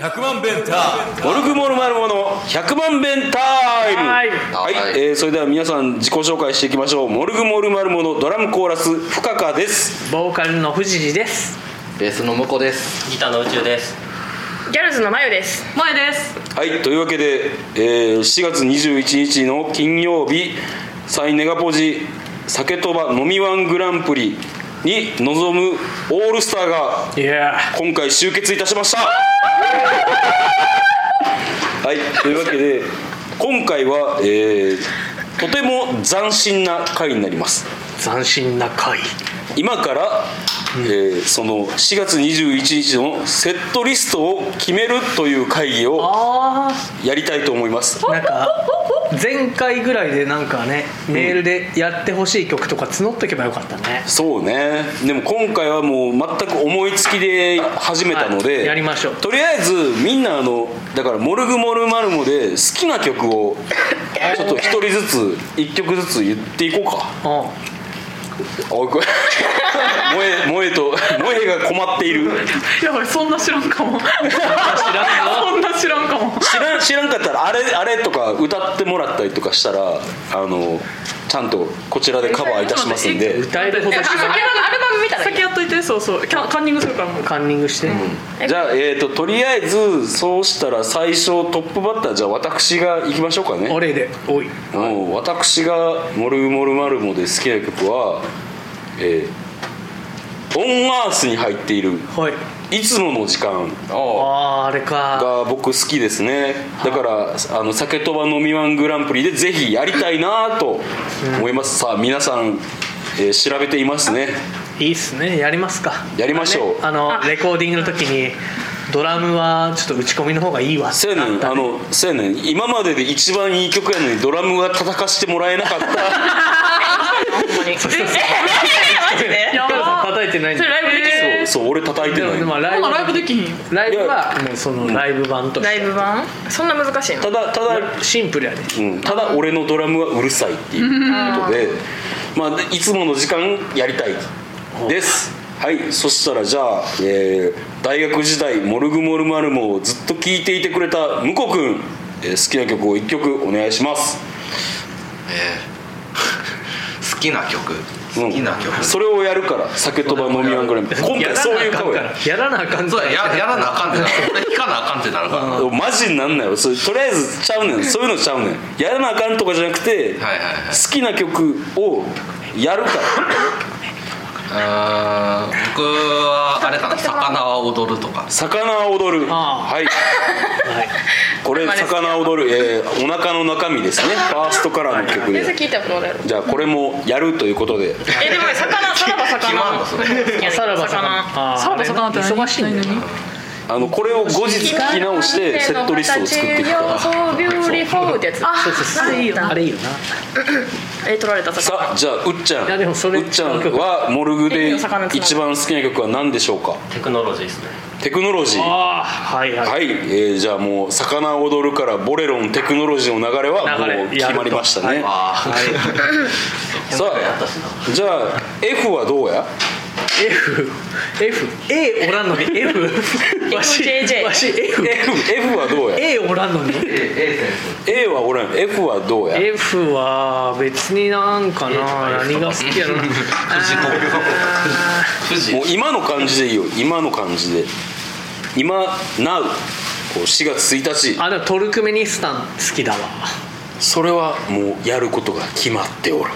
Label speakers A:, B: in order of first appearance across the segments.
A: 100万弁タモルクモルマルモの100万弁タイム
B: はい
A: はい、
C: はい
A: えーそれでは皆さん自己紹介していきましょうモルグモルマルモのドラムコーラスフカカです
B: ボーカルの藤井です
C: ベースの向こうです
D: ギターの宇宙です。
E: ギャルズのまゆです。
F: 萌えです
A: はいというわけで、えー7月21日の金曜日サイネガポジ酒とば飲みワングランプリに臨むオールスターが
B: いや
A: 今回集結いたしましたはいというわけで今回は、えーとても斬新な回になります
B: 斬新な回
A: 今から、えーその4月21日のセットリストを決めるという会議を
B: あ
A: やりたいと思います
B: あなんか前回ぐらいでなんかねメールでやってほしい曲とか募っておけばよかったね、
A: そうねでも今回はもう全く思いつきで始めたので、
B: はいやりましょう
A: とりあえずみんなあのだから「モルグモルマルモ」で好きな曲をちょっと一人ずつ一曲ずつ言っていこうか
B: う
A: おいこれ萌え萌えと萌えが困っている
F: いや俺そんな知らんかも知
B: らん
F: そんな知らんかも
A: 知らん知らんかったらあれあれとか歌ってもらったりとかしたらあのちゃんとこちらでカバーいたしますんで
B: ん歌 えるほど知
E: アルバ
B: ら
E: ム
B: ない
E: 見たらいい
F: 先。やっといてそうそうキャカンニングするからもう
B: カンニングして、
A: じゃあえっ、ととりあえずそうしたら最初トップバッターじゃあ私が行きましょうかね
B: 俺でおい
A: うん私が「モルモルマルモ」で好きな曲は「えーオンアースに入っている
B: はい
A: いつもの時間」
B: あああれか
A: が僕好きですねだからあの酒とば飲みワングランプリでぜひやりたいなと思います、さあ皆さん、えー調べていますね
B: いいっすねやりますか
A: やりましょう
B: あのレコーディングの時にドラムはちょっと打ち込みの方がいいわ
A: せやねんあのせやねん今までで一番いい曲やのにドラムが叩かしてもらえなかった
F: や
B: ヒカルさん
F: ば
B: 叩いてないん
F: そ
B: だ
F: れライブできる
A: そう俺叩いて
B: でもで
A: な
B: も
A: い
B: ライ
F: なん
B: ブ
F: かライブできひん
B: ライブはもうそのライブ版とし
E: ラ
B: て
E: イブ版？そんな難しいの？
A: ただただ
B: シンプルやで
A: うん、ただ俺のドラムはうるさいっていうことで、まあ、いつもの時間やりたいですはいそしたらじゃあ、えー大学時代「モルグモルマルモ」をずっと聴いていてくれた向こう君、えー好きな曲を1曲お願いします
C: えー好きな曲
A: うん
C: 好きな曲、
A: それをやるから酒とば飲みワングランプリ今回
B: やら
A: そう
B: なあ
A: いう
B: か
A: 顔
B: んか
A: や
B: らやらなあかん
C: そう
B: から
C: やややらなあかんってなるこれ弾かなあかんってなるから、はい
A: マジになんなよそれとりあえずちゃうねんそういうのちゃうねんやらなあかんとかじゃなくて、
C: はいはい
A: 好きな曲をやるから
C: うーん僕はあれかな「魚は踊る」とか
A: 魚は踊る
B: ああ
A: はい
B: はい
A: これ魚踊る、えーお腹の中身ですねファーストカラーの曲
E: 全然
A: で
E: 聞いたことない。
A: じゃあこれもやるということで
E: えでも 魚さらば魚。
C: 決まんのそ
E: 魚
C: れ
B: さらば魚あ
F: さらば魚って何
B: 忙しいんだよ
F: 何々
A: あのこれを後日聞き直してセットリストを作っていくからさ
E: そうビューリフォーってやつ。あ
B: そうそうそう
E: いいよ
B: あれいいよな
E: え取られた魚。
A: あじゃあうっちゃん
B: いやでもそれ
A: うっちゃんはモルグで一番好きな曲は何でしょうか
D: テクノロジーですね。
A: テクノロジー
B: ああはいはい、
A: はい、えーじゃあもう「魚踊る」から「ボレロン」「テクノロジー」の流れは
B: 流れ
A: もう決まりましたね
C: ああ
A: さあじゃあ F はどう や
B: FFA おらんのに F わし
E: FJJ
B: わし F
A: F, F はどうや
B: A おらんのに
A: A はおらん F はどうや
B: F は別になんかな何が好きやろ な
C: 藤子富士
A: もう今の感じでいいよ今の感じで今 Now こう4月1日
B: あでもトルクメニスタン好きだわ
A: それはもうやることが決まっておる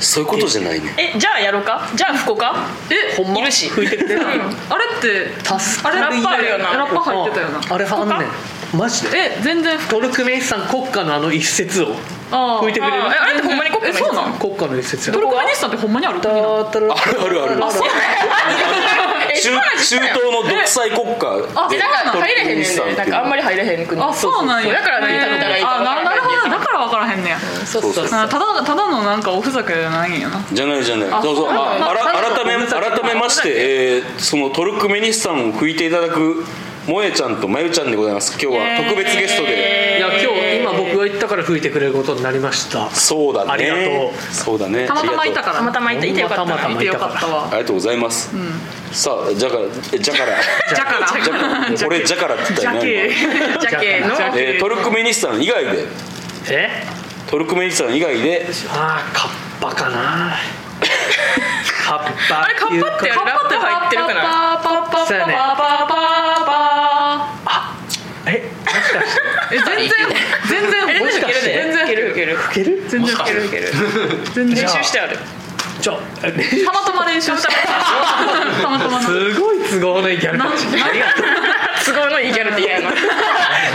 A: そういうことじゃないね
E: えじゃあやろうか。じゃあ福岡？
F: え
B: ほんま
E: いるし
B: 吹いてくれる
F: あれって
B: 助
F: あれ
E: ラッパーあるよな
F: ラッパー入ってたよな
B: あれはあんねんマジで
F: え全然
B: トルクメニスタン国家のあの一節を
F: あー
B: 吹いてくれる
F: あーえあれってほんまに国家
E: え
F: の
E: そうな
F: の
B: 国家の一節や
F: トルクメニスタンってほんまにある国なの
B: タラ
A: あるあるあ る
B: あそう
A: 中中東の独裁国家で
F: あ
E: でなんか入れへんねん
A: トルクメニスタンっ
E: でないん
A: てうの
E: かあんまり入れへん国
F: あそうなんや
E: だから見た見たらいいか
F: あななるほどだから分からへんねや
B: そうそう
F: ただただのなんかおふざけじゃないんやな
A: じゃないじゃない
F: あ
A: そうそうあ
F: そうなんだ
A: あら改め改めまして、えーそのトルクメニスタンを吹いていただくもえちゃんとまゆちゃんでございます今日は特別ゲストで
B: いや今日今僕が言ったから吹いてくれることになりました
A: そうだね
B: ありがと
A: うそうだね
F: たまたまいた
A: あ
F: から
E: たまたまいていてよかった
B: たまた
E: な
B: ま
F: いてよかったわ
A: りがとうございます、さあじゃからえじゃから
F: じゃから
A: じゃから俺じゃからって言った
F: じ
A: よ
F: ゃ
A: ね
F: け
E: ジャケの
F: ジャ
A: 今えートルクメニスタン以外で
B: え
A: トルクメニスタン以外で
B: ああカッパか なカッパ
E: あれカッパって
B: いう
E: ラ
B: か
E: ップ入ってるから
F: パパパパパ
B: そうやね
F: パパ
B: えもしかして
F: え全然全然
E: もしかして
F: 全然
E: いけるいける
B: いける
F: 全然
E: いけるいける
F: 全然
E: 練習してある
B: ちょえ練習
F: たまたま練習 したたまたまの
B: すごい都合のいいギャルたちありがとう
E: 都合のいいギャルって嫌やなギ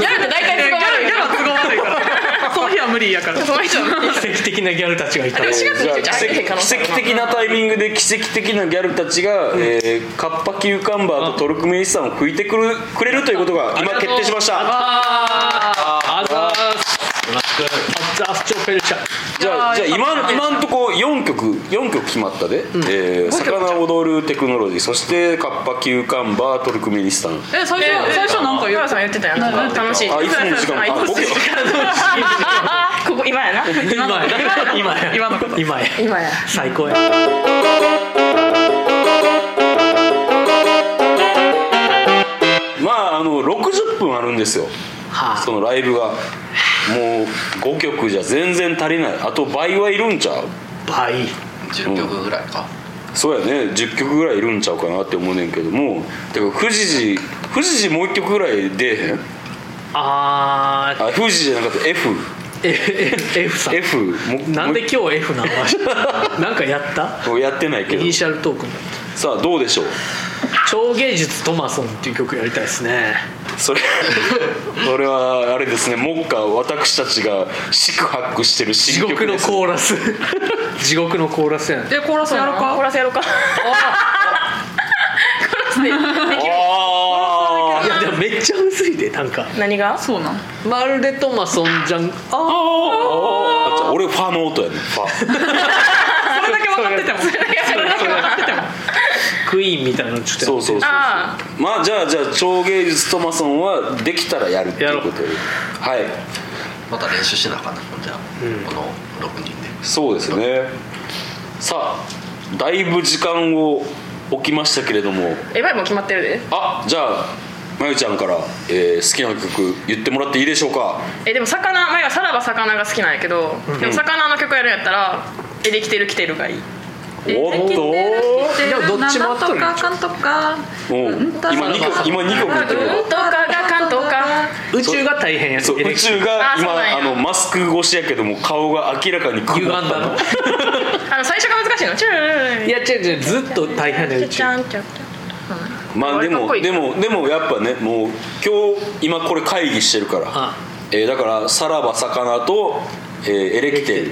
E: ャルって大体都合悪い
F: ギャルは都合悪いからその日は無理やから
E: その人の
B: 奇跡的なギャルたちがいた
E: あれ
A: えー
E: 四月に
A: じゃあ
E: 入ってへん可能
A: 奇
E: 性
A: 跡奇跡的なタイミングで奇跡的なギャルたちが、えーカッパキューカンバーとトルクメニスタンを食いてくるくれるということが今決定しました
B: あざーすあざーすチョペルシャ
A: じゃあじゃあ今今んとこ4曲四曲決まったで「えー魚踊るテクノロジー」そして「カッパキューカンバートルクメニスタン」
F: え最初最初なんか
E: お
F: 言う
E: 母さん言ってたやん楽しい
A: あいつの時間あ僕
E: ここ今やな
B: 今や今や
F: 今のこ
B: 今や
E: 今や
B: 最高や
A: まああの60分あるんですよ
B: はあ
A: そのライブがもう5曲じゃ全然足りないあと倍はいるんちゃう
B: 倍
C: 10曲ぐらいか、
A: そうやね10曲ぐらいいるんちゃうかなって思うねんけどもてか富士寺富士寺もう1曲ぐらい出えへん
B: あー
A: あ富士寺じゃなかった FF
B: ええ F さん
A: もう
B: なんで今日 F なのなんかやった
A: もうやってないけ
B: イ
A: ど
B: ニシャルトークの
A: さあどうでしょう
B: 超芸術トマソンっていう曲やりたいですね
A: それ それはあれですね目下私たちが四苦八苦してる
B: 地
A: 新
B: 獄
A: 曲
B: の
A: です
B: コーラス地獄のコーラスやん
F: えコーラスやろう
E: コー
F: か
E: ラスやろうか
A: あ
B: いやでもめっちゃむずいでなんか
E: 何が
F: そうなん
B: まるでトマソンじゃん
A: あじ
B: あ
A: ゃあ俺ファの音やねんフ ァ
F: それだけ分かっててもそれだけ分かってても
B: クイーンみたいなのちょっと
A: そうそうそう
E: あ
A: まあじゃあじゃあ超芸術トマソンはできたらやるっていうことではい
C: また練習しなあかんなほんじゃあ、この6人で
A: そうですねさあだいぶ時間を置きましたけれど
E: あ
A: も
E: エヴァイも決まってるで
A: あじゃあまゆちゃんから、えー好きな曲言ってもらっていいでしょうか
E: えでも魚前はさらば魚が好きなんやけどでも魚の曲やるんやったらえできてる来てるがいい
A: おっと
B: でもどっちも合っとるよ
F: なんとかかんとか
A: おう今2曲今二曲言ってるわ
E: うんとかがかんとか
B: 宇宙が大変やね
A: そう宇宙が
E: あそうなん
A: 今
E: や
A: あのマスク越しやけども顔が明らかに曇
B: 歪ん
A: った
B: だ
A: の
B: の
E: あの最初が難しいのチュー
B: いや違う違うずっと大変やね宇宙
A: まあで
E: 割とかっ
A: も
E: こいい
A: でもでもやっぱねもう今日今これ会議してるから
B: あ
A: えーだからさらば魚と、えーエレキテル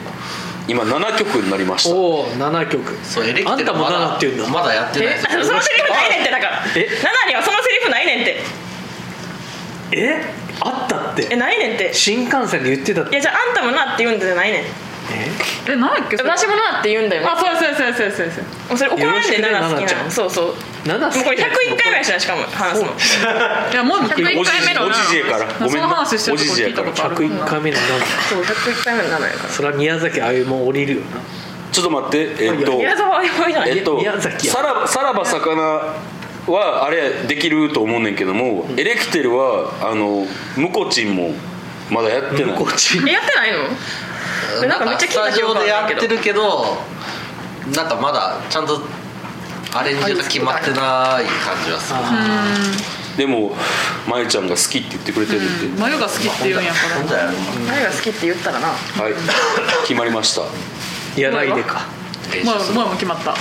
A: 今7曲になりました
B: おお7曲
C: そうエレ
B: あ
C: キ
B: ん
C: テ
B: た
C: ル
B: も
C: ま
B: 7
C: だ
B: って言うんだ
C: まだやってない
E: え
C: です
E: そのセリフないねんってだから
B: え
E: ナナにはそのセリフないねんって
B: えあったっ
E: え
B: て
E: ないねんって
B: 新幹線で言ってたっ
E: い
B: て
E: やじゃああんたもなって言うんじゃないねん
F: え何やっけそれ
E: 私もなって言うんだよね
F: あそうやそうやそうやそうやそうや
E: もうそれ怒られて
B: よろしくね
E: ナナ好き
B: ナナち
E: な
B: ゃん
E: のそうそうも
B: 7
E: うこれ101回目やしなしかも話すの
F: いやもう101
E: 回目
A: おじ
E: 一
A: じ
E: の
A: お
E: な
A: じじやからごめん
F: その
A: な
F: 話して
A: お
F: ると
A: じ
F: こ
A: じ
F: 聞
A: や
F: い
A: か
F: た
A: ら
F: ことある
B: 101回目の7
E: そう101回目のナナやから
B: それは宮崎あゆも降りるよな
A: ちょっと待ってえっと
E: 宮沢あやばいじゃない
A: えっと
B: 宮崎や
A: さらさらば魚はあれできると思うねんけども、エレキテルはあのムコチンもまだやってない
B: こっち
E: えやってないの
C: うん
E: なんかめっちゃ聞いた記憶あるんだけど
C: スタジオでやってるけどなんかまだちゃんとアレンジが決まってない感じはする
A: でもまゆちゃんが好きって言ってくれてるんで、
F: 眉が好きって言うんやから
C: ほんじゃやるか
E: 誰が好きって言ったらな
A: はい決まりましたは
B: やらいでか
C: 練
F: も
C: 習
F: う
C: する
F: もう決まった
A: い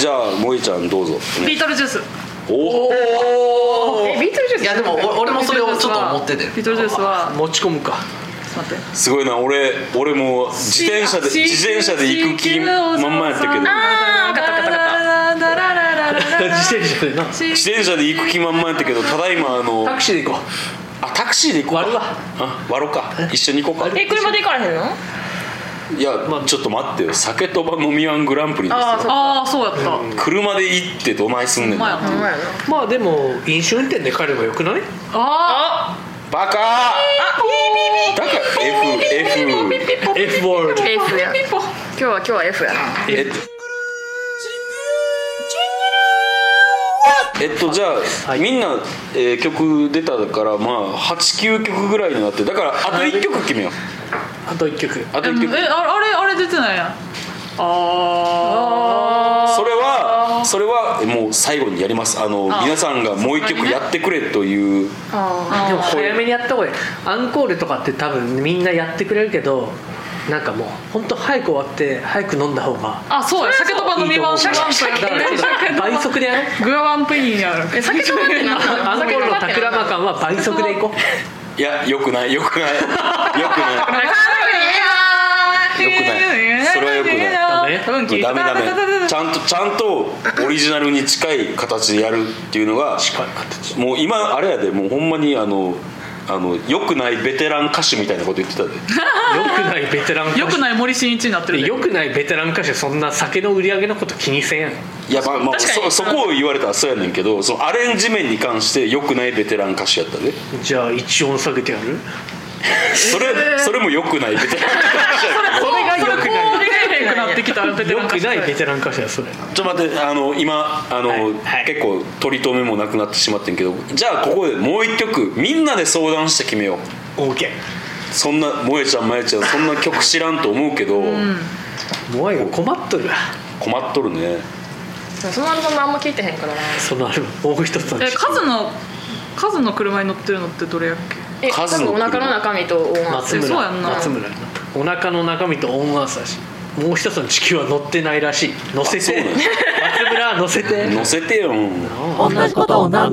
A: じゃあ萌ちゃんどうぞ
F: ビートルジュース
A: おお
E: えビートルジュース
C: いやでもお俺もそれをちょっと思ってて
F: ビートルジュースは
B: 持ち込むか
F: ちょっと待って
A: すごいな俺俺も自転車で
F: し
A: 自転車で行く気まんまやったけど
E: あーわかったわかったわ
B: 自転
F: 自
B: 車でな
A: 自転車で行く気まんまやったけどただいまあの
B: タクシーで行こ
A: あタクシーで行こう
B: 割るわ
A: あ割ろうか一緒に行こうか
E: え車で行かれへんの
A: いや、ちょっと待ってよ酒とば飲みワングランプリです
E: ああ
A: よ
E: そう
F: ああそうやった、
A: 車で行ってどないすんねん
F: まあや
A: バ
F: な
E: まやな
B: まあでも飲酒運転で帰ればよくない
F: あ
A: カーだから F F
B: F ワールド
E: F や今日は今日は F やな
A: えっとえっとじゃあ、
B: はい
A: みんな、えー曲出たからまあ89曲ぐらいになってだからあと1曲決めよう
B: あと1曲
A: あと
F: え
A: 1曲
F: えああれあれ出てないやんあ
A: それはそれはもう最後にやりますあの
F: あ
A: 皆さんがもう1曲やってくれという
E: あ
F: あ
B: でも
F: これ
B: 早めにやった方がいいアンコールとかって多分みんなやってくれるけどなんかもう本当早く終わって早く飲んだ方が
F: あそうや酒とば飲み番シャ
B: だ
F: ワンプや
B: からちょっと倍速でやろう
F: グワワンプインやる
E: あ酒とばってなんだ
B: アンコールのタクラマ感は倍速でいこう
A: いやよくないよくないよくなよくないそれはよくない
F: 多分聞
A: い
F: い
A: ダメダメちゃんとちゃんとオリジナルに近い形でやるっていうのが
B: 近い形
A: もう今あれやでもうほんまにあのあのよくないベテラン歌手みたいなこと言ってたで
B: よくないベテラン歌手
F: よくない森進一になってるで
B: よくないベテラン歌手そんな酒の売り上げのこと気にせんやん
A: いやまあまあ
E: 確か
A: そ
E: に
A: そこを言われたらそうやねんけどそのアレンジ面に関してよくないベテラン歌手やったで
B: じゃあ一音下げてやる
A: それそれもよくないベテラン歌手やった
B: それがよくない
F: よくなってきたらベテ
B: よ
F: ラン
B: く
F: 歌手
B: ないベテラン歌手やそれ
A: ちょっと待ってあの今あの、
B: はいはい
A: 結構取り留めもなくなってしまってんけどじゃあここでもう一曲みんなで相談して決めよう
B: OK
A: そんな萌えちゃんまえちゃんそんな曲知らんと思うけど、
B: もういが困っとるわ
A: 困っとるね
E: そのアルバムあんま聞いてへんからな
B: そのあれもう一つの
F: えカズのカズの車に乗ってるのってどれやっ
E: え多
A: 数の
E: 分お腹の中身と音圧
B: 松
F: そう
B: 村
F: やんな
B: 松村お腹の中身とオンアースだしもう一つの地球は乗ってないらしい乗せ
A: あそう
B: て
A: なんや
B: 松村乗せて
A: 乗せてよ
B: 同じこと
A: さあ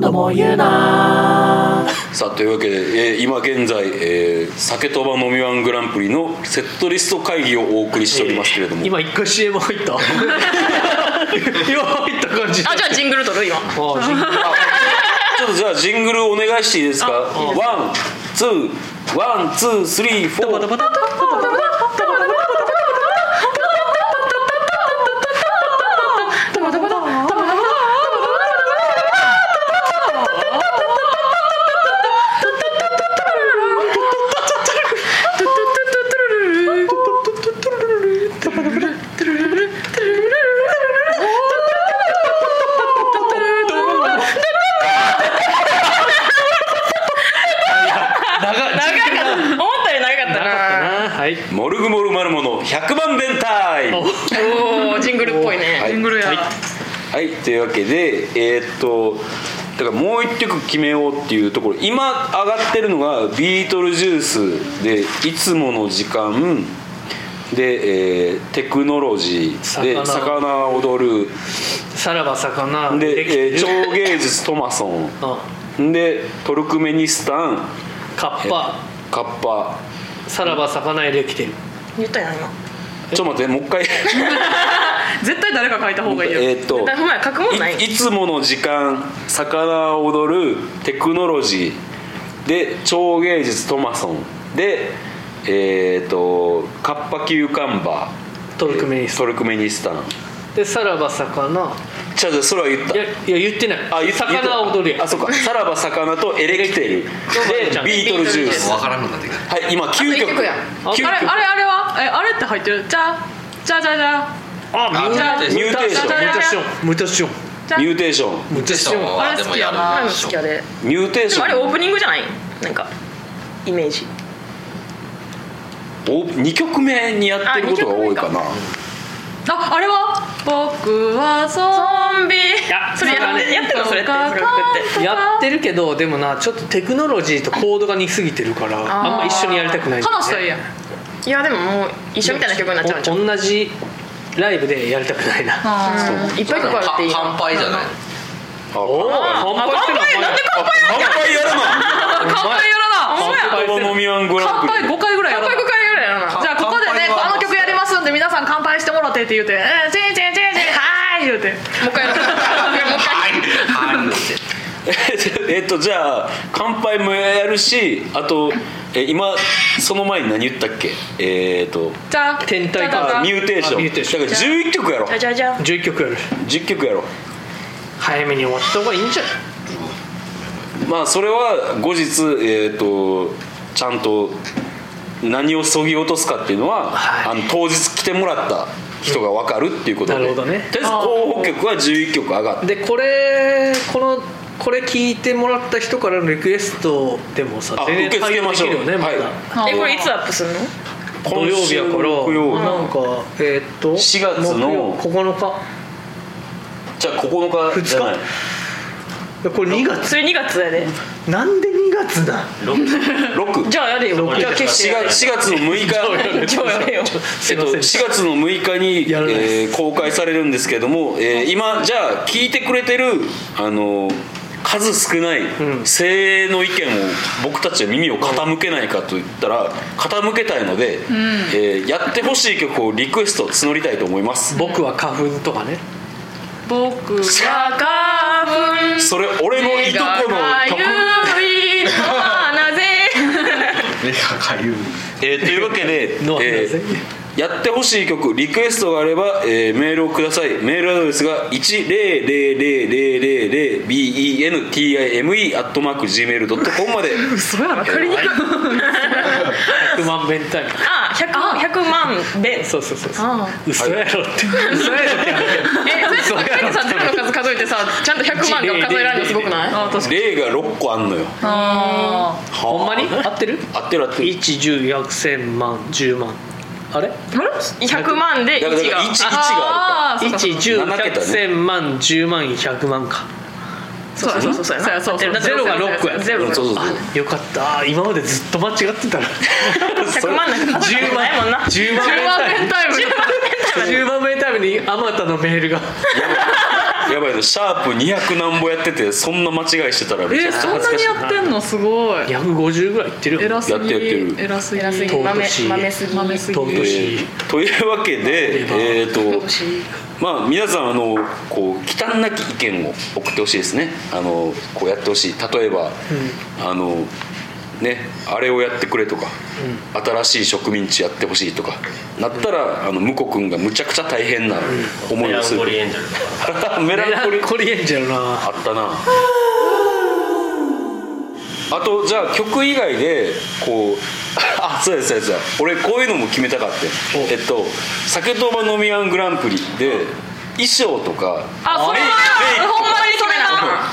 A: というわけで、えー今現在、えー酒とば飲みワングランプリ」のセットリスト会議をお送りしておりますけれども、
B: 今一個 CM 入った 今入った感じ
E: あじゃあジングル撮る今
B: あジングル
A: ちょっとじゃあジングルお願いしていいですかワンツーワンツースリーフォー
B: 長い
E: 思ったより長かったな
B: あはい
A: モルグモルマルモの100番弁タイム
E: おおジングルっぽいね
A: い
F: ジングルや、
A: はいはいというわけでえーっとだからもう一曲決めようっていうところ今上がってるのがビートルジュースで「いつもの時間」で、えーテクノロジー」で「
B: 魚
A: 魚踊る
B: さらば」魚
A: で、えー
B: きる
A: 超芸術トマソ
B: あ
A: ン」で「トルクメニスタン」
B: カッパ
A: 「カッパ
B: さらば魚へできてる
E: 言ったやん今」
A: ちょっと待ってもう一回
F: 絶対誰か書いた方がいいよ、
A: えーっと
E: だほんまや書くもんない
A: いいつもの時間魚踊るテクノロジーで超芸術トマソンでえっ、とカッパキューカンバ
B: トル
A: ー
B: クメニス
A: トルクメニスタン
B: でさらば魚
A: じゃあそれは言った
B: いやいや言ってない
A: あ言った
B: 魚は踊るや
A: あそうかさらば魚とエレキテルでビートルジュース
C: 分からんくなってきた
A: はい今9曲
E: あと一曲や
A: 9
F: あれあれ
A: 曲
F: あれはえあれって入ってるじゃあじゃあじゃあじゃあ
B: あミュ
F: あ
A: ミューテーション
B: ミューテーションミューテーション
A: ミューテーション
C: ミューテーションはでもやる
E: 前も
C: でし
E: 好
C: ょ
E: きやで
A: ミューテー
E: で
A: シ
E: もあれ
A: ョ
E: オ
A: ン
E: ープニングじゃないなんかイメージ
A: お2曲目にやってることが多いかな
F: ああれは僕はそう
E: ゾンビ
B: や
E: それやってやってんのそれって
F: なん
E: そ
F: か
E: れって
B: やってるけどでもなちょっとテクノロジーとコードが似すぎてるから
E: ー
B: あんま一緒にやりたくないんだよね
F: 話したらいいやん
E: いやでももう一緒みたいな曲になっちゃうんじゃん
B: お同じライブでやりたくないな
F: あ
E: いっぱい曲あるっていい
C: 乾杯じゃない
A: あ
B: お
A: あ
B: 乾杯してんの
E: 乾杯なんで乾杯
A: 乾杯やらな
F: ー乾杯
A: 酒
F: やらな
A: とば飲みワングランプ
F: 乾
A: リ
F: 杯5回ぐらいや
E: 乾
F: ら
E: 杯5
F: な
E: 回ぐらいやな
F: じゃあここで
C: 乾杯
F: ね
C: は
F: あの曲やりますんで皆さん乾杯してもらってって言うて「えーチンチンチンチンはーい」言うて
E: もう一回やろうもう一回
C: はいって
A: えっとじゃあ乾杯もやるしあとえ今その前に何言ったっけえっ、ー、と
E: じゃあ
B: 天体観
E: じゃあ
A: ミューテーショ
B: あ
A: ン
B: ミューテーション
A: だから11曲やろ
E: じゃあじゃあじゃあ
B: 11曲やる
A: 10曲やろ
B: 早めに終わった方がいいんじゃない
A: まあそれは後日えっ、とちゃんと何をそぎ落とすかっていうのは、
B: はい
A: あの当日来てもらった人が分かるっていうことで、
B: なるほどね
A: とりあえず候補曲は11曲上がって
B: でこれこのこれ聞いてもらった人からのリクエストでもさ
A: あ
B: 全
A: 受
B: 然
A: け付
B: 対
A: け
B: 応
A: ま
B: で
A: しょ
B: き
A: う
B: るよねまだ、
E: じゃあえこれいつアップするの
B: 土曜日やから
A: 今週木曜日
B: なんかえーっと
A: 4月の
B: 木曜9日
A: じゃあ9日じゃない
B: 二でこれ2月
E: それ2月やで
B: なんで2月だ
A: 6
E: じゃあやれよ
B: 六
E: じゃあ消して
A: 4
E: やれ
A: 月4月の6日
E: じゃあやれよ
A: えっと、4月の6日に、
B: やらない
A: えー公開されるんですけども、えー今じゃあ聞いてくれてるあのー数少ない
B: ん
A: 精鋭の意見を僕たちは耳を傾けないかといったら傾けたいので、えーやってほしい曲をリクエスト募りたいと思います
B: 僕は花粉とかね
E: 僕は花粉
A: それ俺のいとこの曲、
E: 指の花ぜ
C: 目がかゆい
A: えーというわけで、
B: のはな
A: え
B: ぜ
A: ーやってほしい曲リクエストがあれば、えーメールをくださいメールアドレスが 1000000bentime.gmail.com まで
F: 嘘やろ
E: これに
B: 100万弁タイム
E: あ100万100万で
B: そうそうそうそう
F: あ
B: 嘘やろって嘘やろってやめて
E: えそれさケンさんゼロの数数えてさちゃんと100万が数えられるのすごくない
F: あ確かに
A: 例が6個あんのよ
F: あ
B: ほんまに合ってる
A: 合ってる合ってる
B: 1 1 0 1 0 0万10万あれ
E: 100万で
A: だからだ
E: 1
A: から
E: が
A: 11
E: あ
A: があるか七
B: 1101000
F: あそうかそうか
A: 桁ね
B: 万10万100万か
E: そうそうそうそうやな
F: そうそうそう
E: だって
B: ゼロが六個や
E: ゼロ
A: らそうそうそう
B: あよかったあ今までずっと間違ってたら
E: 100万なんか数えたことないもんな
B: 10万
F: 10万
B: 円
F: 円タイ
B: タイ
F: ム
B: ム10万円タイムにあまたのメールが
A: やばいぞシャープ200何ぼやっててそんな間違いしてたらめち
F: え
A: ゃ
F: ー
A: くち
F: そ
A: ゃ
F: ん
A: 恥ず
F: な
A: か
F: に
A: しい
F: やってんのすごい
B: 250ぐらいいってるよ
F: 偉すぎ
A: やってるやってる
F: 偉すぎ
E: 偉すぎ
B: 尊
E: 豆
B: し
E: 豆すぎ
F: 豆すぎ
B: 尊
A: え
B: い
A: ーというわけで、えー、とまあ皆さんあのこう忌憚なき意見を送ってほしいですねあのこうやってほしい例えば、あのねあれをやってくれとか、新しい植民地やってほしいとかなったら、あの向こくんがむちゃくちゃ大変な思いをする、
D: エンジェルとか
A: メ
B: メ
A: ランコリ
B: ラ
A: ー
B: ンコリエンジェルな
A: あったなあとじゃあ曲以外でこう あそうですそうです俺こういうのも決めたかってえっと「酒とば飲みングランプリ」で衣装とか
E: あそれはほんまにそれな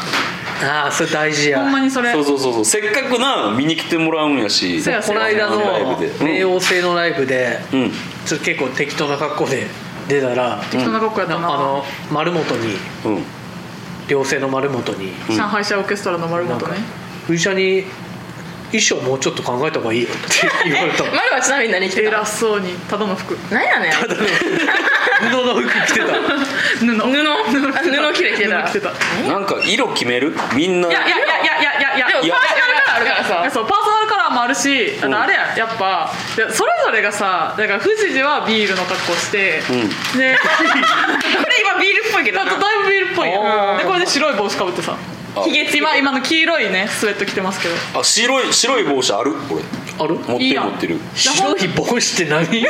B: ああそれ大事や
F: ほんまにそれ
A: そうそうそうそうせっかくな見に来てもらうんやし
F: そうや
B: この間の
A: ライブでうん
B: 冥王星のライブで、
A: うん
B: ちょっと結構適当な格好で出たら、
F: 人のごっこやった
B: あ
F: な
B: の丸本に
A: うん
B: 両星の丸本に
A: ん
F: 上海シャオーケストラの丸本ね
B: 冬社に衣装もうちょっと考えた方がいいよって言われ た
E: 丸はちなみに何着てた
F: 偉そうにただの服
E: 何やねん
B: 布の服着てた
F: 布布
E: 布あ布着て着てた
F: 着てた
A: なんか色決めるみんない
E: やいやいやいやいやいやでも
A: いや
E: パーソナルカラーあるから
F: いや
E: さ
F: そうパーソナルカラーもあるし、あ
A: ん
F: とあれややっぱいやそれぞれがさだから富士寺はビールの格好して、で
E: これ今ビールっぽいけど
F: だ
E: な
F: だいぶビールっぽいや
E: あー
F: んでこれで白い帽子かぶってさ
A: あ
F: ひげつ今今の黄色いねスウェット着てますけど
A: あ白い白い帽子あるこれ
B: ある
A: 持っ
F: い
A: て
F: い
A: る
F: やん
A: 持ってる
B: 白い帽子って何白い帽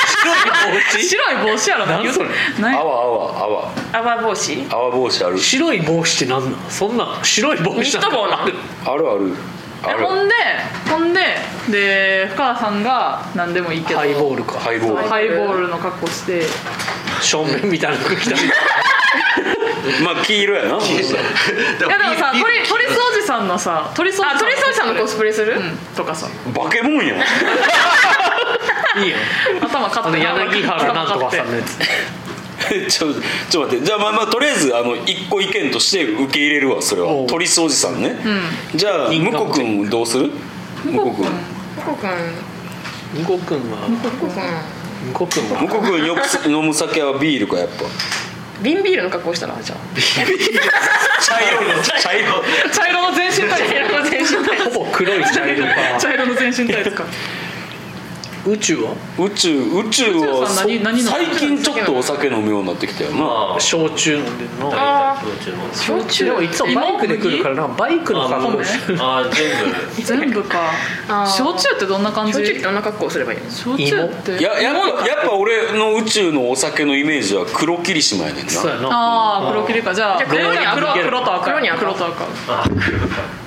B: 子
F: 白い帽子やろ
B: 何それ
A: 泡
F: 何
A: 泡泡
E: 泡帽子
A: 泡帽子ある
B: 白い帽子って何なのそんな白い帽子
E: ニット帽な
B: ある
A: あるあるある
F: ほんでほんでで深川さんが何でもいいけど
B: ハイボールか
A: ハイボール
F: ハイボールの格好して
B: 正面みたいな服着た
A: まあ黄色やな
C: で
F: いやでもさ
C: ビ
F: 鳥
C: ール
F: 鳥掃除さんのさ鳥掃除
E: あ鳥掃除さんのコスプレする
F: うんとかさ
A: バケモンやん
B: いい よ
F: 頭カ
B: あ
F: ッ
B: の
F: て
B: 柳原なんとかさん
F: 頭
B: の
F: カ
B: やつ
A: え ちょちょっと待ってじゃあまあまあとりあえずあの一個意見として受け入れるわそれ
B: お
A: は
B: う
A: 鳥掃除さんね、じゃあ
B: 銀
A: 向
B: 河
A: こ
B: も
A: くんどうする向こくん
E: 向こうくん
B: 向こう君は
E: 向こうく
B: 向こう君
A: 向
B: は
A: こくんよくす飲む酒はビールかやっぱ
E: ん瓶ビールの格好したらじゃあ
A: 茶色の茶色
F: ッて茶色の全身タイツ
E: 平野選手 みたいな
B: ほぼ黒い茶色
F: 茶
B: か
F: 色の全身タイツか
B: 宇宙は
A: 宇宙宇宙は
F: 宇宙さん何何飲む
A: 最近ちょっとお酒飲むようになってきたよな
D: まあ
B: 焼酎飲んでるの
E: あ
D: 焼酎の
B: 焼酎でもいつもバイクで来るからなバイクの格好 してる
D: あー全部
F: 全部か
E: あー
F: 焼酎ってどんな感じ
E: 焼酎って
F: 焼
E: どんな格好をすればいいの
F: 酎って
A: いややっぱやっぱ俺の宇宙のお酒のイメージは黒霧島やねんな
B: そうやな
F: ああ黒切りかじゃあ
E: じゃあ黒に赤
F: 黒黒と赤
E: 黒に赤
F: 黒と赤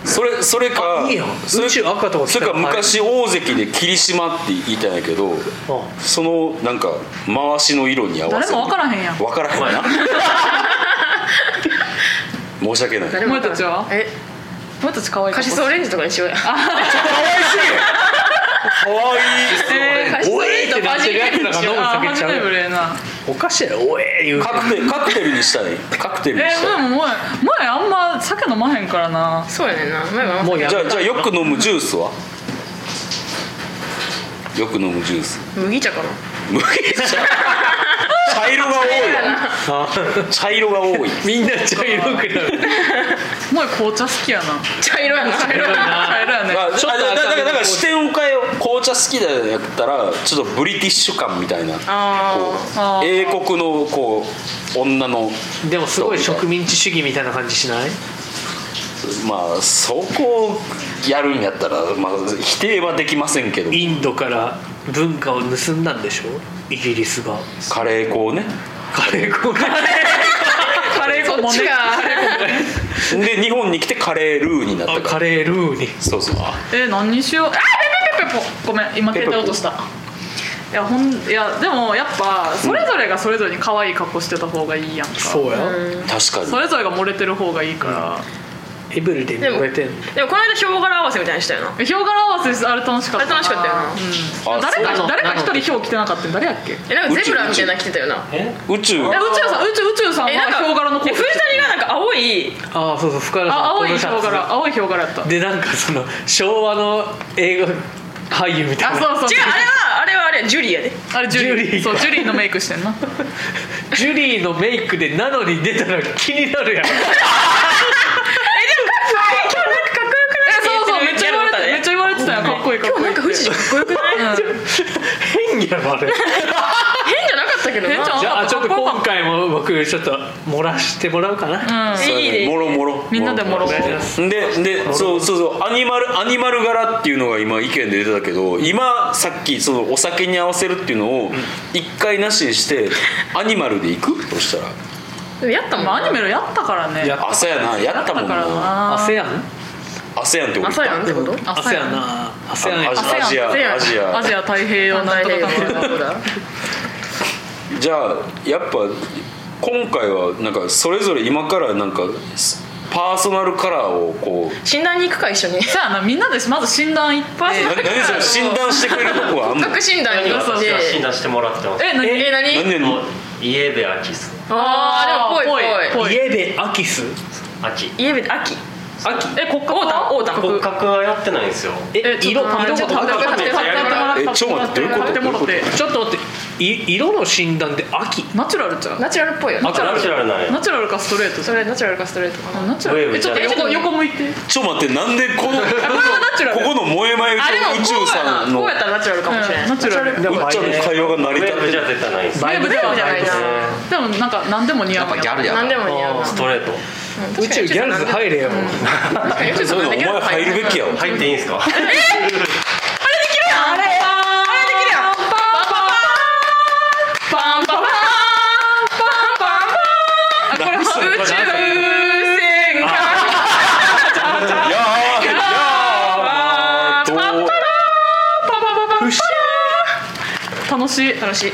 A: それそれか
B: あいいやん
A: それ
B: 宇宙赤とか着
A: そ
B: た
A: れ
B: ら
A: か昔大関で霧島って言いたんやけど
B: う
A: そのなんか回しの色に合わせ
F: 誰
A: て
F: も分からへんやん
A: 分からへんな申し訳ない
E: 誰もわからん
F: お前たちは
E: え
F: 俺たち可愛い
E: カシスオレンジとかにしようやあ
A: かわい
F: えー
E: カシスオレンジとバジル
B: だから飲む
F: あー
B: 酒
F: 初
B: ちゃう
F: め
B: や
F: て
B: ん
F: 無礼な
B: おかしいやろおえー言う
A: い
B: て
A: カクテルカクテルにしたいカクテ
F: え
A: ルにし
F: ー
A: たい
F: でも前前あんま酒飲まへんからな
E: そうやねんな前は
B: もうや
A: じゃ
B: め
A: あじゃあ
B: たい
A: よく飲むジュースはよく飲むジュース
E: 麦茶かな
A: 無理じゃん茶色が多いわ茶色が多い
B: みんな 茶色くなる
F: 前紅茶好きやな
E: 茶色やな茶色やな
F: 茶色やね
A: あ
B: ちょっと
A: あだだ
B: 赤
A: か
B: め
A: ら
B: の
A: だから視点を変えよう紅茶好きだよやったらちょっとブリティッシュ感みたいな
E: あ
F: あー
A: 英国のこう女の
B: でもすごい植民地主義みたいな感じしない
A: まあそこをやるんやったら、まあ、否定はできませんけど
B: インドから文化を盗んだんでしょイギリスが
A: カレー粉をね
B: カレー粉が
F: カレー粉もね
A: で日本に来てカレールーになった
B: あ
A: か
B: カ
A: ら
B: レールーに
A: そうそう
F: えー何にしようあーペペペペポごめん今携帯落としたいやほんいやでもやっぱそれぞれがそれぞれに可愛い格好してた方がいいやんか
B: そうや
A: 確
F: そ
A: かに
F: れぞれが漏れてる方がいいから
B: エブリデンに超えてんの
E: ーでもこの間ヒョウ柄合わせみたいにしたよな
F: ヒョウ柄合わせあれ楽しかったな
E: あれ楽しかったよな
F: うん、
A: あ
F: 誰
B: そう
F: か誰か
B: なの
F: 一人ヒョウ着てなかった誰やっけえ
E: え
F: 宇
E: なんかゼブラみたいなの着てたよな
A: 宇宙
F: 宙さん宇宙宇宙さんは
E: えなんか
F: ヒョウ柄のコー
E: え
F: ト
E: 藤谷がなんか青い
B: ああそうそう深浦さん
F: あ青い
B: この
F: ヒ
B: シャツ
F: ョウ柄青いヒョウ柄やった
B: でなんかその昭和の映画俳優みたい
F: あ
B: な
F: そうそう
E: 違うあれはあれはあれやジュリーやで
F: あれジュリー
B: ジュリー
F: そうジュリーのメイクしてんな
B: ジュリーのメイクでなのに出たら気になるやん
F: えそうそうめっちゃ言われてめっちゃ言われてたよかっこいいかっこいい
E: なんか藤谷かっこよくない
F: うん
B: 変やろあれ
E: 変じゃなかったけど
F: 変じゃ
E: な
B: じゃあちょっと
F: かっこよ
B: 今
F: かっ
B: 回も僕ちょっと漏らしてもらうかな、
F: うん
A: そう
E: いいね
A: もろもろ
F: みんなでもろう
B: お願いします
A: ででそうそうそうアニマルアニマル柄っていうのが今意見で出てたけど今さっきそのお酒に合わせるっていうのを一回なしにしてアニマルでいくそしたら
E: でもやったもん
F: まあアニメのやったからね
B: やっ
A: 朝やなやった
F: だ
A: もん
F: から
A: な
F: な
B: アセアン
A: 朝やんってこと
E: 朝やんってこと
F: あ
B: アセアンなアセアンや
A: あ
B: な
A: アジア
E: アセアン
A: アジア
F: アジア太平洋なんと かかんとか
A: じゃあやっぱ今回はなんかそれぞれ今からなんかパーソナルカラーをこう
E: 診断に行くか一緒に
F: そうやなみんなでまず診断いっぱい
A: な何それ診断してくれるとこはあんの
E: 骨格診断に行っ
D: 私は診
E: て
D: 断してもらってます
F: え何
E: え
A: 何
E: 何
A: 年の
D: 家部秋っす
E: あーでもぽいぽい
F: ぽい
B: 家でアキス
D: 秋
E: 家で秋
B: 秋
F: え骨格は
E: オータ
D: 骨格はやってないんですよ
B: え
F: えちょ
B: 色
F: っと待って
B: 色
F: ちょっと待って
E: 色
F: 買って買ってもらっ
A: え
F: て
A: ちょっと待ってどういうこと
F: 買ってもらって
B: ちょっと待ってい色の診断で秋
F: ナチュラルちゃう
E: ナチュラルっぽいよね
D: ナチュラルなんや
F: ナチュラルかストレートじ
E: そ
F: ゃ
E: れナチュラルかストレートか
F: ん
E: な
F: ナチュ
D: ウ
F: ラ
D: ェー
F: ル
D: ブ
F: えちょっと横横向いて
A: ちょっと待ってなんでこのこ
F: あこれはナチュラル
A: この萌え眉
E: あで
A: と宇
E: もこ
A: 宙
E: うや
A: さ
E: なん
A: の
E: こ
A: う
E: うやったらナチュラルかもしれない
F: ナチュラル
B: でも
A: っちゃんの会話が
D: ウ
A: 成り
D: ェ
A: 立
D: ー
A: っ
D: ブ
A: て
D: じ
A: る
D: ゃ絶対ないんです
B: バイブではないです
E: バイブではない
F: でもなんか何でも似合
C: や
F: う
C: っ
F: ん
C: ぱギャルやな
E: 何でも似合うな
D: ストレート
B: 宇宙ギャルズ入れよ、
E: 確かに宇宙
A: そういうのお前入るべきやわ
D: 入っていいんすか
E: あれあれできるやん
F: パンパンパンパンパンパンあこれ宇宙船が
A: やーやーどう
F: パンパンパンパンパン楽しい楽しい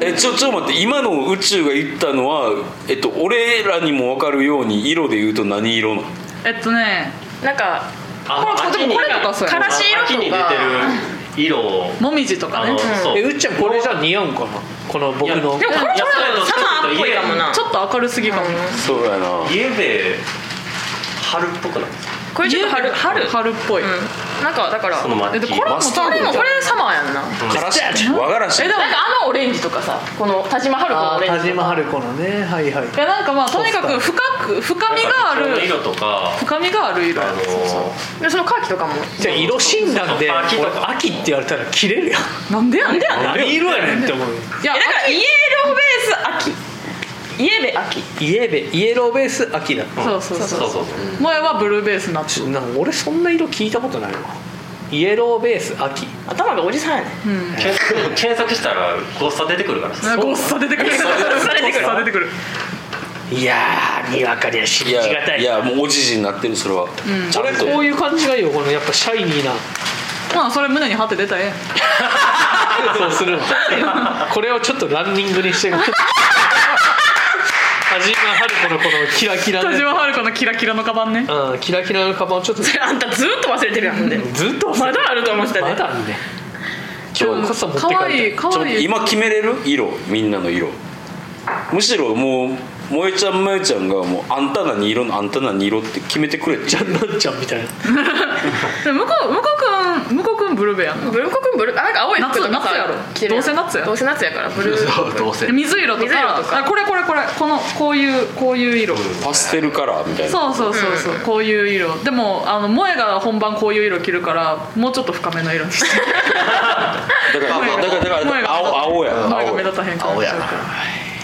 A: えちょちょっと待って今の宇宙が言ったのはえっと俺らにも分かるように色で言うと何色なの
F: えっとね
E: なんか
D: あ
F: これでもこれとかそうや
E: からし色とか
D: 秋に出てる色を
F: もみじとか
D: あ
F: ね
D: の
F: ち
D: そう
B: えうっちゃんこれじゃ似合うんかなこの僕の
D: いや
E: でもこれちょっとサマーっぽいかもな
F: ょっと明るすぎかも
A: そうやな
D: 家部春っぽくない
E: これちょっと春春
F: 春っぽい
E: うんなんかだから
D: そのマッキー
E: えこれも
A: マスタード
E: これもこれサマーやんな
A: からし和がらし
E: えでも
F: なんか
E: あのオレンジとかさこの田島春子の
B: あ
E: オ
B: ー
E: レン
B: 田
E: ジ
B: 島春子のねはいはい
F: いやなんかまあとにかく深く深みがあ
D: その
F: る
D: 色とか
F: 深みがある色
D: あ
F: や
D: の
F: ねそうそ
E: でそのカーキとかも
B: じゃあ色診断で
D: そう秋とか
B: 俺秋って言われたら切れるやん
F: うなんでやねんいや
B: 何色やねんって思うよ
E: いやだからイエローベース秋イエベ秋
B: イエベイエローベース秋だ
D: ー
F: そうそう
D: そう
F: そ
D: そううそう
F: 前はブルーベースになって
B: ちょなんか俺そんな色聞いたことないわイエローベース秋
E: 頭がおじさんやね
F: うん
D: 検索検索したらゴッサ出てくるからさ
F: ごっさ出てくるごっさ出てくる出てくる
B: いやーにわかには
A: い
B: 信じがた
A: や
B: い
A: いやもうおじじになってるそれは、ちゃんと
B: こういう感じがいいよこのやっぱシャイニーな
F: まあそれ胸に貼って出たらええやん
B: そうするわこれをちょっとランニングにしてくれ田島春子のこのキラキラの
F: 田島春子のキラキラのカバンね
B: うん、キラキラのカバンをちょっとずっ
E: あんたずっと忘れてるやんほんで
B: と忘
E: ま
B: れて
E: だあると思ってた
B: ま
E: ね
B: だあるね今日こそ持って
F: か
B: 帰
F: わいい
B: り
F: か
A: ちょっ
F: わ
A: と
F: いい
A: 今決めれる色みんなの色むしろもう萌えちゃんまゆちゃんがもうあんた何色のあんた何色って決めてくれって
B: たいなんなんちゃんみたいな
F: で向こう向こうくん向こうくんブルーベやん
E: ブルーコ君ブルーあなんか青い服とかさ
F: 夏夏やろ
E: 着てる
F: どうせ夏や
E: どうせ夏やからブルー
C: そうどうせ
F: 水色とか
E: 水色とか
F: あこれこれこれこのこういうこういう色、
A: パステルカラーみたいな
F: そうそうそうそう、こういう色でもあの萌えが本番こういう色着るからもうちょっと深めの色にして
A: だから
C: 萌えが
A: だからだから
F: 萌えが
A: 青青や
F: 萌えが
A: 青
F: 目
A: や
F: 立たへんから
C: 青や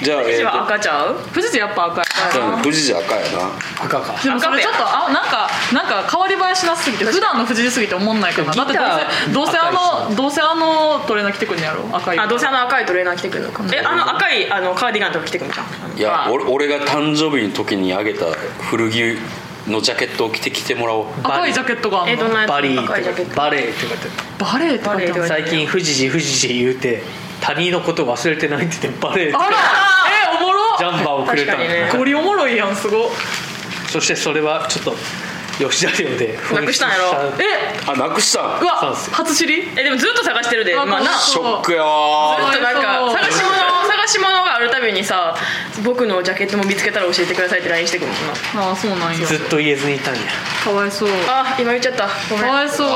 A: じゃあ
E: 私
A: え
E: は
A: ー
E: 赤ちゃう
F: 富士山やっぱ赤や
A: とうん富士じゃ赤やな
B: 赤か
F: でもそれちょっと
E: 赤
F: あなんかなんか変わり映えしなすぎて普段の富士すぎて思んないかなだって
B: ギター
F: どうせどうせあ
B: 赤い
F: のどうせあのトレーナー着てくんやろ赤い
E: あどうせあの赤いトレーナー着てくるのかえあの赤いあのカーディガンとか着てくるじゃん
A: いや
E: あ
A: 俺俺が誕生日の時にあげた古着のジャケットを着てきてもらおう
F: 赤いジャケットがあんの
E: えどんなやつ
B: バリー
E: 赤いジャケ
B: と
E: ッ
B: か
E: ト
B: バレーとかって
F: バレエって書
E: バ
F: いてあ
E: レエ
F: る
E: で
B: 最近「富士寺富士寺」言うて他人のこと忘れてないって言ってバレーって
F: あらえおもろ
B: ジャンバーをくれたの
E: 確かにね
F: ゴリおもろいやんすご
B: そしてそれはちょっと吉田寮で紛
E: なくしたんやろ
F: え
A: あなくした
F: う
B: そう
F: わ
B: ですよ
F: 初知り
E: えでもずっと探してるで
F: あ
E: まあな
F: かわい
E: ず
A: ショックやわ
E: っとなん
F: かわい
E: か探
F: そう
E: し物探し物があるたびにさ僕のジャケットも見つけたら教えてくださいって LINE してくるもんな
F: ああそうなんや
B: ずっと言えずにいたんや
F: かわいそう
E: あ今言っちゃったごめ
F: か
E: ん
F: わいそう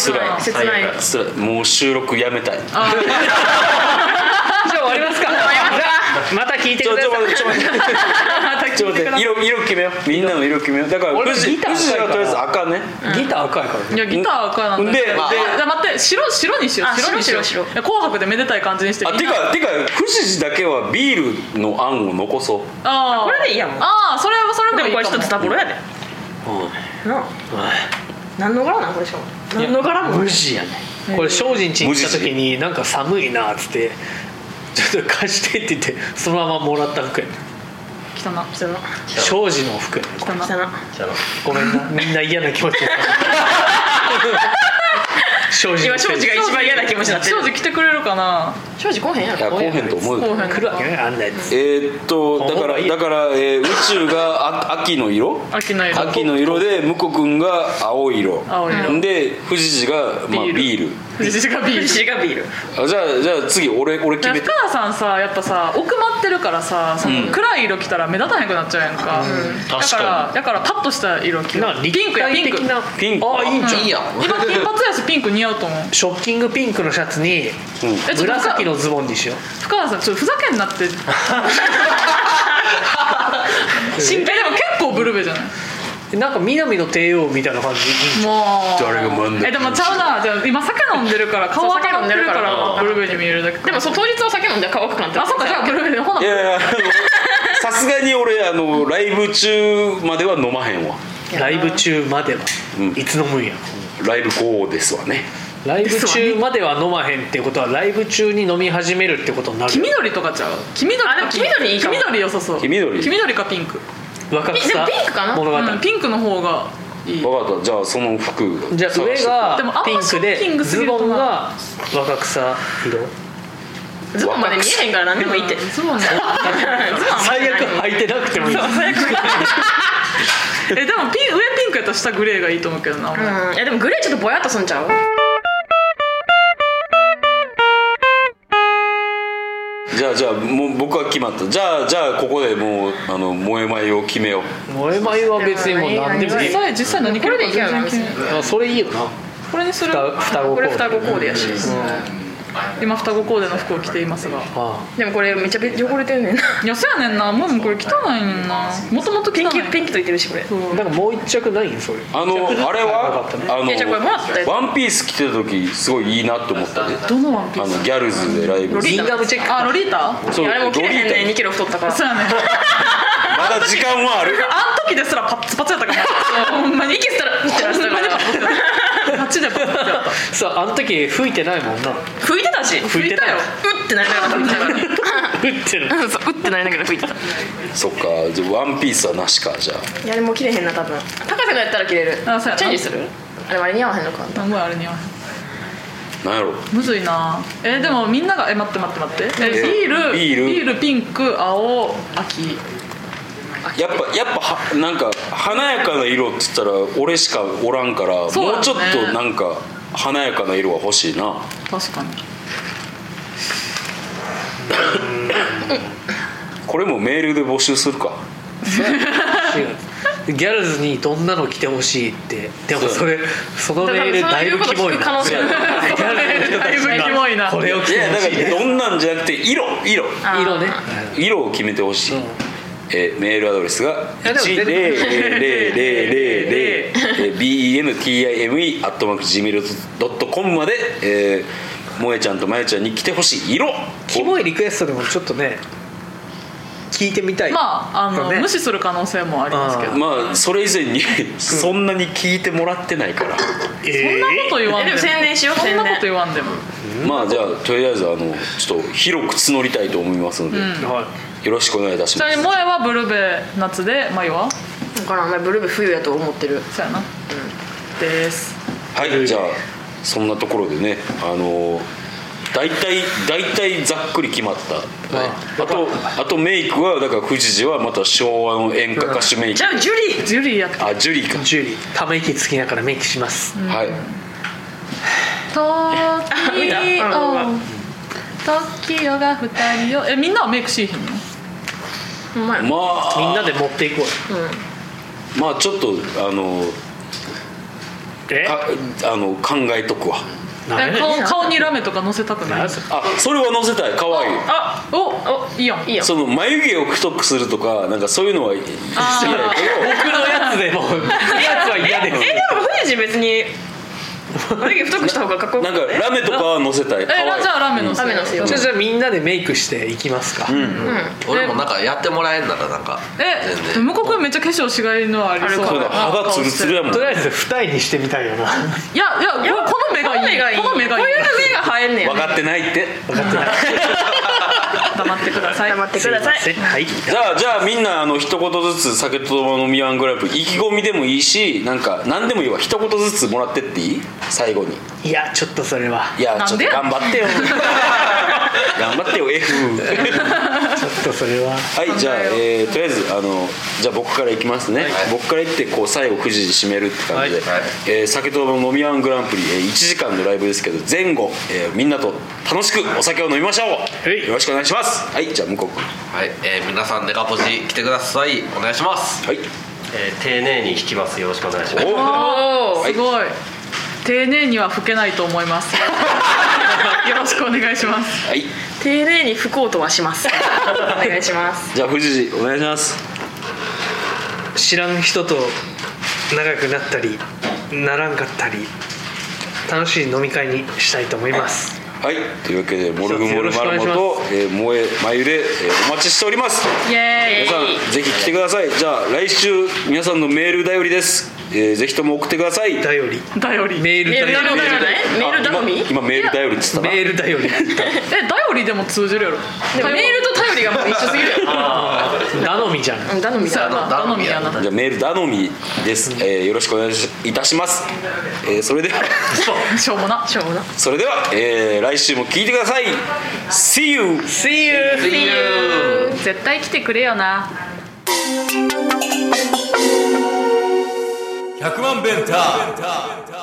E: 切ない切ない
D: 最悪
A: つらいもう収録やめたい
F: あ
E: じゃあ終わりますか終わりますか
B: また聞いて
A: ち
B: く
A: ょ
B: だ
A: ち
B: さ
A: ょ待ってちょ待ってちょ待って色色決めようみんなの色決めようだから
B: 俺
A: 富士
B: ギター
A: 富士
B: 赤い
A: は
B: から
A: とりあえず赤ね
B: いギター赤いから
F: い
B: ね
F: やギター赤なんだ
A: で
F: けど
A: まあ
F: あじゃあ待って白白にしよう
E: あ
F: 白にしよう
E: 白白白
F: いや紅白でめでたい感じにして
A: あて
F: みんな
A: かてか富士だけはビールの案を残そう
F: あー
E: これでいいやもん
F: ああそれはそれも
E: でも
F: いい
E: これ
F: か
E: 一つダボロやでなあ何の柄なんこれしかも
B: いや
E: 何の柄も
B: 無地やねこれ精進地に行った時になんか寒いなっつってちょっと貸してって言ってそのままもらった服やね
F: 汚な
E: その
B: 精進の服やね
F: 汚な
E: その
D: じゃあ
B: ごめんなみんな嫌な気持ちになる精進
E: 今
B: の
E: 庄
B: 服
E: 司が一番嫌な気持ちになってる
F: 正直来てくれるかな
E: 庄司来おへんや
A: いや
E: ろ
A: こうへんと思うよ
F: 紅白
B: 来るわけねあんなやつ
A: えーっとだか
B: こう
A: ら
B: いいよ
A: だから、えー宇宙があ秋の色
F: 秋の色
A: 秋の色で向こう君が青い色
F: 青い色
A: で富士寺が、まあ、
F: ビール
A: ビール
F: 藤士がビール
E: シガビール
A: あじゃあじゃあ次俺俺決
F: 深
A: めて
F: 川さんさやっぱさ奥まってるからさその暗い色着たら目立たへんくなっちゃうやんか,、だ
D: 確
F: から
D: か
F: だからパッとした色着よ
B: なん
F: う
B: か
F: ピン
B: 立
F: クや
B: 体
F: ピン
B: 的
F: ク今
B: な
A: ピンク
B: ああいいんじゃん
C: いいやん
F: 金髪やしピンク似合うと思う
B: ショッキングピンクのシャツに
A: うん
F: えちょっと深
B: 紫のズボンにしよ
F: 深川さんちょっとふざけん なって
B: う
F: えでも結構ブルベじゃない
B: えなんか南の帝王みたいな感じいい
F: もう
A: 誰が真ん中
F: えでもちゃうなじゃあ今酒飲んじゃあ今酒飲んでるから顔
E: そう
F: 赤くなってるか
E: 酒飲んでる
F: ら
E: から
F: ブルベに見えるだけ
E: でもそう当日お酒飲んで乾くなって
F: あそうかじゃあブルベでほない
A: やいやあのさすがに俺あのライブ中までは飲まへんわ
B: ライブ中までは、
A: うん
B: いつ飲むんや
A: ライブ後ですわね
B: ライブ中までは飲まへんってことはライブ中に飲み始めるってことにな
F: 黄
B: る
F: 緑とかちゃう黄緑か
E: あでも黄緑いいかも
F: 黄緑よさそう
A: 黄緑
F: 黄緑かピンク
B: 若
E: で
B: 草
E: もピンクかな
B: 物語、
F: うんピンクの方がいい
A: 分かったじゃあその服
B: じゃあ上
F: でも
B: が
F: あんま
B: ピンク
F: ショッキン
B: で
F: グすぎ
B: ズ
F: るとな
B: ボンが若草色
E: ズボンまで見えへんから何でもいいって
F: うんそうなんだ
E: ズボンは
B: 最悪履いてなくてもいい
F: えでもピン上ピンクやったら下グレーがいいと思うけどな、俺
E: うんいやでもグレーちょっとぼやっとすんちゃう
A: じじゃあじゃあもう僕は決まったじゃあじゃあここでもうあの萌え眉を決めよう
B: 萌え眉は別にもう何でもい
F: 実
B: い
F: 際実際何着
E: これ
F: る
E: で
F: か
E: いけるな
F: 全然
E: 別に
F: 決め
B: あそれいいよな
F: これにする
B: 双双子コーデ
F: これ双子コーデやし
B: うん
F: 今双子コーデの服を着ていますが
B: あ
E: でもこれめっちゃべ汚れてん ねんな
F: いやそやねんなもうもうこれ汚いねんなもともと汚
E: ペ
F: い
E: ンキペンキといてるしこれ
B: あなんかもう一着ないんそれ
A: あのあれはあ
E: いやじゃあこれもらったやつ
A: のワンピース着てた時すごいいいなって思ったね
F: どのワンピ
A: あ
F: ー
A: の
F: ス
A: ギャルズでライブ
E: ロリ
B: ギ
E: ー
B: ンガムチェック
F: あロリータ
A: そう
E: いやあれもう切れへんねん
A: ロリ
E: 2
A: ー
E: キロ太ったから
F: そうやねん
A: タまだ時間はある
F: あん時ですらパッツパツやったからほ んまに息したら
E: 吸ってらしたから
F: マジでパッツやった
B: さああの時吹いてないもんな
E: 拭いてたし
B: 拭いてたよ
E: うってなりながら拭いてたから
B: 吹ってる
E: うん そううってなりながら拭いてた
A: そっかじゃあワンピースはなしかじゃあ
E: いやでも切れへんな多分高瀬がやったら切れる
F: あそうやな
E: チェンジするあれあれ似合わへんのか
F: すごいあれには
A: なんやろ
F: むずいなえでもみんながえ待って待って待ってえ
A: え
F: ビール
A: ビール
F: ピンク青秋
A: やっぱやっぱはなんか華やかな色って言ったら俺しかおらんから、
F: そうだね
A: もうちょっとなんか華やかな色は欲しいな
F: 確かに
A: これもメールで募集するか
B: ギャルズにどんなの着てほしいってでもそれそのメールだいぶキモい
E: 可能
B: な
E: 性ある
B: ギャルズの人たち
F: だいぶキモい
B: が
F: な
B: これを着
A: い
B: て
A: や
B: ほ
A: だ
B: し
A: か
B: い
A: ら
B: ね
A: どんなんじゃなくて色色
E: あー
B: 色ね
A: 色を決めてほしい、
B: うん
A: えーメールアドレスが
B: いやでも全然
A: 1000000bentime.gmail.com まで、えー、萌えちゃんとまゆちゃんに来てほしい色を
B: キモいリクエストでもちょっとね聞いてみたい
F: まああの、
B: ね
F: 無視する可能性もありますけ
B: あ
F: どそんなこ
A: まあそれ以前にそんなに聞いてもらってないから、
F: と言わ
E: え
F: んで
E: で
F: も
E: も宣伝しよう
F: そん
E: 宣
F: なこと
E: 伝
F: 言わんでも
A: まあじゃあとりあえずあのちょっと広く募りたいと思いますので、よ
B: はい
A: ろしくお願いいたし
F: ち
A: ま
F: なみ
A: す
F: に萌えはブルベ夏でマイは
E: だからあんまりブルーベ冬やと思ってる
F: そうやな、です
A: はいじゃあそんなところでねあの大体大体ざっくり決まった、あとあとメイクはだから富士寺はまた昭和の演歌歌手メイク、
E: じゃあジュリー
F: ジュリーやった
A: あジュリーか、
B: ジュリーため息つきながらメイクします
A: はい
E: あ見たうん
F: トキオが二人をえみんなはメイクしーひんの
E: ほんまや
A: まあ
B: みんなで持っていこうよ
A: まあちょっとあの
B: え
A: かあの考えとくわ
B: 何や
F: え
B: ねん
F: 顔顔にラメとかのせたくない
B: 何それ
A: あそれは載せたい可愛い
F: あおおいいやん
E: いいよ
A: その眉毛を太くするとかなんかそういうのは好きだけ
B: 僕のやつでもうやつは嫌
E: え
B: です
E: でも富士別に眉毛太くした方がかっこ
A: ど
E: よ
A: な
E: か
A: ん
E: っ
A: か
E: たね
A: ラメとかは載せたい可
F: え
A: 愛い
F: じゃあラメのせ
E: ラメのせよう
B: じゃあじゃあみんなでメイクしていきますか、
C: 俺もなんかやってもらえんならなんか
F: え向こう君めっちゃ化粧しがいのありそう
A: そうだ肌ツルツルやもん
B: とりあえず二重にしてみたいよな
F: いやいやこの目がいい
E: この目がいいこういう目が生えんねん
A: 分かってないって
B: 分かってない
F: 黙ってください
E: 黙ってください
B: すいませんはい
A: じゃあじゃあみんなあの一言ずつ酒とばのミワングランプリ意気込みでもいいしなんか何でもいいわ一言ずつもらってっていい最後に
B: いやちょっとそれはい
A: やちょ
F: なん
A: っと
F: で
A: 頑張ってよ頑張ってよ F
B: ちょっとそれは
A: はいじゃあ、えーとりあえずあのじゃあ僕からいきますね、僕からいってこう最後9時に締めるって感じで、
C: はい
A: えー酒とばの飲みワングランプリ、えー、1時間のライブですけど前後、えーみんなと楽しくお酒を飲みましょう、
B: はい
A: よろしくお願いしますはいじゃあ向こう君
C: はい、えー皆さんデカポジ来てくださいお願いします
A: はい
D: えー丁寧に弾きますよろしくお願いします
A: お
F: おお
A: はい
F: すごい丁寧には老けないと思いますよろしくお願いします
A: はい
E: 丁寧に拭こうとはし ますお願いします
A: じゃあ藤井お願いします
B: 知らん人と長くなったりならんかったり楽しい飲み会にしたいと思います、
A: はい、というわけでモルグモルマルモ
B: よろしくお
A: と、えー、萌え眉で、えーお待ちしております
F: イエ
A: 皆さんぜひ来てくださいじゃあ来週皆さんのメール頼りです、えー、ぜひとも送ってくださいメール
B: 頼り
F: ーイ頼り
B: メール
E: メール
B: 頼
E: 頼
B: り
E: みじゃないメール頼み
A: あ今今メール頼りっつったな
B: メール頼り
F: え頼りでも通じるやろ
E: でもメールと頼りがもう一緒すぎるよ
B: 頼みじゃん
E: うん頼み
F: そう
E: だ
F: やな頼みやな
A: じゃあメール頼みです、えーよろしくお願いいたします、えーそれでは
F: しょうもな
E: しょうもな
A: それでは、えー来週も聞いてください See you!
B: See you!
F: 絶対来てくれよな
G: 100万ベンター